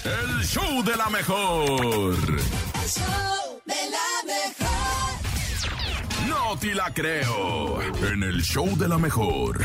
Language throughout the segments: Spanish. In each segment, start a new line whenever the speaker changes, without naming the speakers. El show de la mejor.
El show de la mejor.
No te la creo. En el show de la mejor.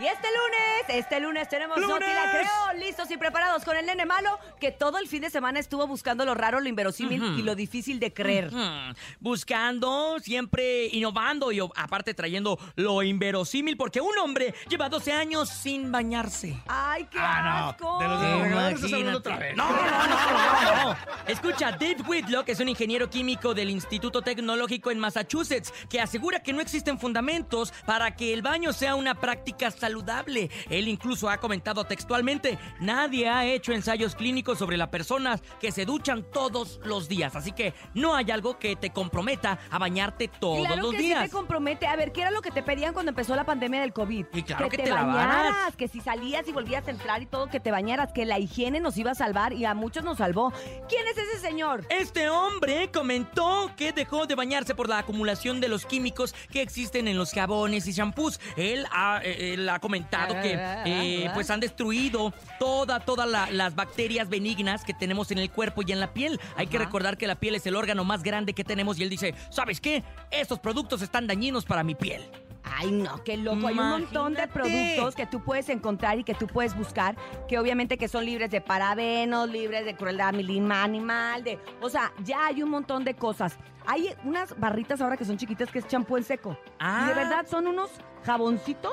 Y este lunes, este lunes tenemos No te la
¡Lunes!
creo, listos y preparados con el nene malo que todo el fin de semana estuvo buscando lo raro, lo inverosímil y lo difícil de creer.
Hmm, Buscando, siempre innovando y o- aparte trayendo lo inverosímil, porque un hombre lleva 12 años sin bañarse.
Ay, qué
Ah,
asco.
no. De los de regalar, estás hablando otra vez.
No, no, no, no, no, no. Escucha, Dave Whitlock es un ingeniero químico del Instituto Tecnológico en Massachusetts que asegura que no existen fundamentos para que el baño sea una práctica saludable. Él incluso ha comentado textualmente, nadie ha hecho ensayos clínicos sobre las personas que se duchan todos los días, así que no hay algo que te comprometa a bañarte todos
claro
los
que
días.
sí te compromete. A ver, ¿qué era lo que te pedían cuando empezó la pandemia del COVID?
Y claro que
te
te lavaras.
bañaras, que si salías y volvías a entrar y todo, que te bañaras, que la higiene nos iba a salvar y a muchos nos salvó. ¿Quién es ese señor?
Este hombre comentó que dejó de bañarse por la acumulación de los químicos que existen en los jabones y shampoos. Él ha, eh, él ha comentado que eh, pues han destruido todas toda la- las bacterias benignas que tenemos en el cuerpo y en la piel. Hay que recordar que la piel es el órgano más grande que tenemos y él dice, ¿sabes qué? Estos productos están dañinos para mi piel.
Ay, no, qué loco. Hay un montón de
Imagínate.
productos que tú puedes encontrar y que tú puedes buscar, que obviamente que son libres de parabenos, libres de crueldad mili- animal, de, o sea, ya hay un montón de cosas. Hay unas barritas ahora que son chiquitas que es champú en seco.
Ah.
Y de verdad son unos jaboncitos,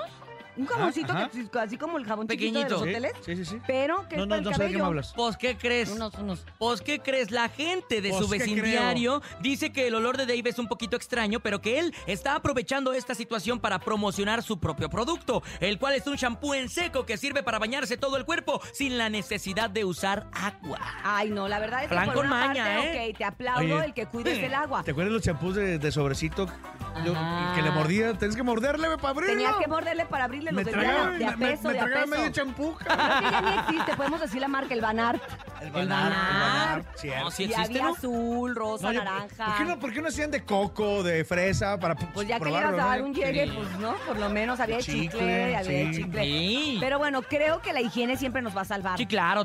un
Ajá,
jaboncito
ajá.
que- así como el jabón chiquito de los
Pequeñito.
hoteles,
Sí, sí, sí.
pero que
No,
es
no,
para
no
el
sé de qué me
cabello.
hablas.
Pues, ¿qué crees?
Unos, unos.
Pues, ¿qué crees? La gente de su
Pues, ¿qué
vecindario dice que el olor de Dave es un poquito extraño, pero que él está aprovechando esta situación para promocionar su propio producto, el cual es un shampoo en seco que sirve para bañarse todo el cuerpo sin la necesidad de usar agua.
Ay, no, la verdad es que
Plan
por
con
una
maña,
parte,
¿eh?
ok, te aplaudo
Oye,
el que cuides el agua.
¿Te acuerdas los champús de, de sobrecito? Yo- que le mordía, tenías que morderle güey, para abrirlo.
Tenías que morderle para abrirle los
me
de,
tragaba,
de a
me-
peso,
me
de a
tragaba
peso.
medio champú.
Creo que ya ni existe, podemos decir la marca, el Banart.
El
Banar, Banar.
No, sí
y
existe,
había
¿no?
azul, rosa,
yo-
naranja.
¿por qué, no, ¿Por qué no hacían de coco, de fresa, para p-
Pues ya que le ibas
probarlo,
a
no?
dar un llegue,
Sí.
pues no, por lo menos había de chicle,
Chicle,
había de
sí.
chicle.
Sí.
Pero bueno, creo que la higiene siempre nos va a salvar.
Sí, claro,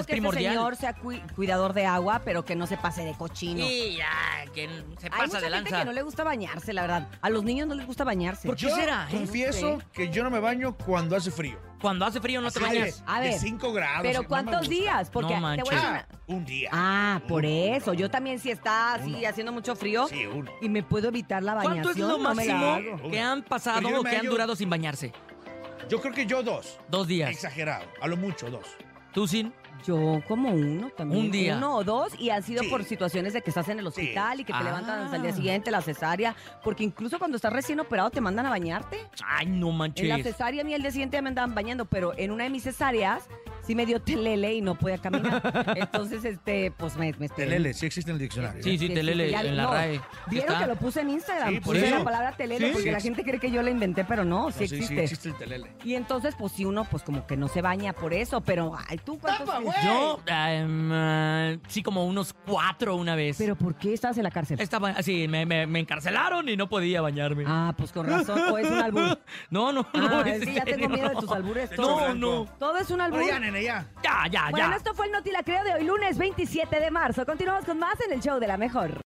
Entiendo
es
que este
primordial.
señor sea cui- cuidador de agua, pero que no se pase de cochino.
Y ya, que se
Hay mucha
pasa
gente
de lanza.
que no le gusta bañarse, la verdad. A los niños no les gusta bañarse.
¿Por qué
Yo
será?
eh?
eh?
confieso que yo no me baño cuando hace frío.
Cuando hace frío no te
Así de-
bañas.
A ver,
De 5 grados. no
Pero
me
¿cuántos
gusta.
días? Porque
No
te voy a
manches.
decir
Ah,
una-
un día.
Ah, por
Uno.
eso. Yo también si está así
Uno.
haciendo mucho frío
Sí, uno.
y me puedo evitar la bañación.
¿Cuánto es
no
lo
me la
máximo
hago.
hago.
que han pasado
Pero yo
o
me
que han
hallo-
durado sin bañarse?
Yo creo que yo dos.
Dos días.
Exagerado. A lo mucho, dos.
¿Tú sin?
Yo como uno también.
Un día.
Uno o dos y han sido
Sí.
por situaciones de que estás en el hospital y que te
Ah.
levantan hasta el día siguiente, la cesárea. Porque incluso cuando estás recién operado te mandan a bañarte.
Ay, no
En la
manches.
cesárea a mí el día siguiente ya me andaban bañando, pero en una de mis cesáreas sí me dio telele y no podía caminar. Entonces, este, pues me... me esperé.
Telele, sí existe en el diccionario.
Sí,
¿eh?
sí,
Sí,
te
sí,
lele
sí, ya
en la
no.
RAE.
Vieron
Está.
que lo puse en Instagram,
Sí,
puse
por
la
eso.
palabra telele
Sí.
porque
Sí
la gente cree que yo la inventé, pero no, sí
No, sí,
existe.
sí existe el telele.
Y entonces, pues si uno, pues como que no se baña por eso, pero ay, tú cuántos...
Yo, em, eh, sí, como unos cuatro una vez.
Pero ¿por qué estabas en la cárcel?
Estaba así, me, me- me encarcelaron y no podía bañarme.
Ah, pues con razón, o es un albur.
No, no, no.
Ah,
es
sí,
en
ya tengo
serio.
miedo de tus albures.
No,
Todo,
no.
Todo es un albur.
Ahora ya, nene, ya.
Ya, ya, ya.
Bueno, esto fue el Noti La Creo de hoy, lunes 27 de marzo. Continuamos con más en el show de la mejor.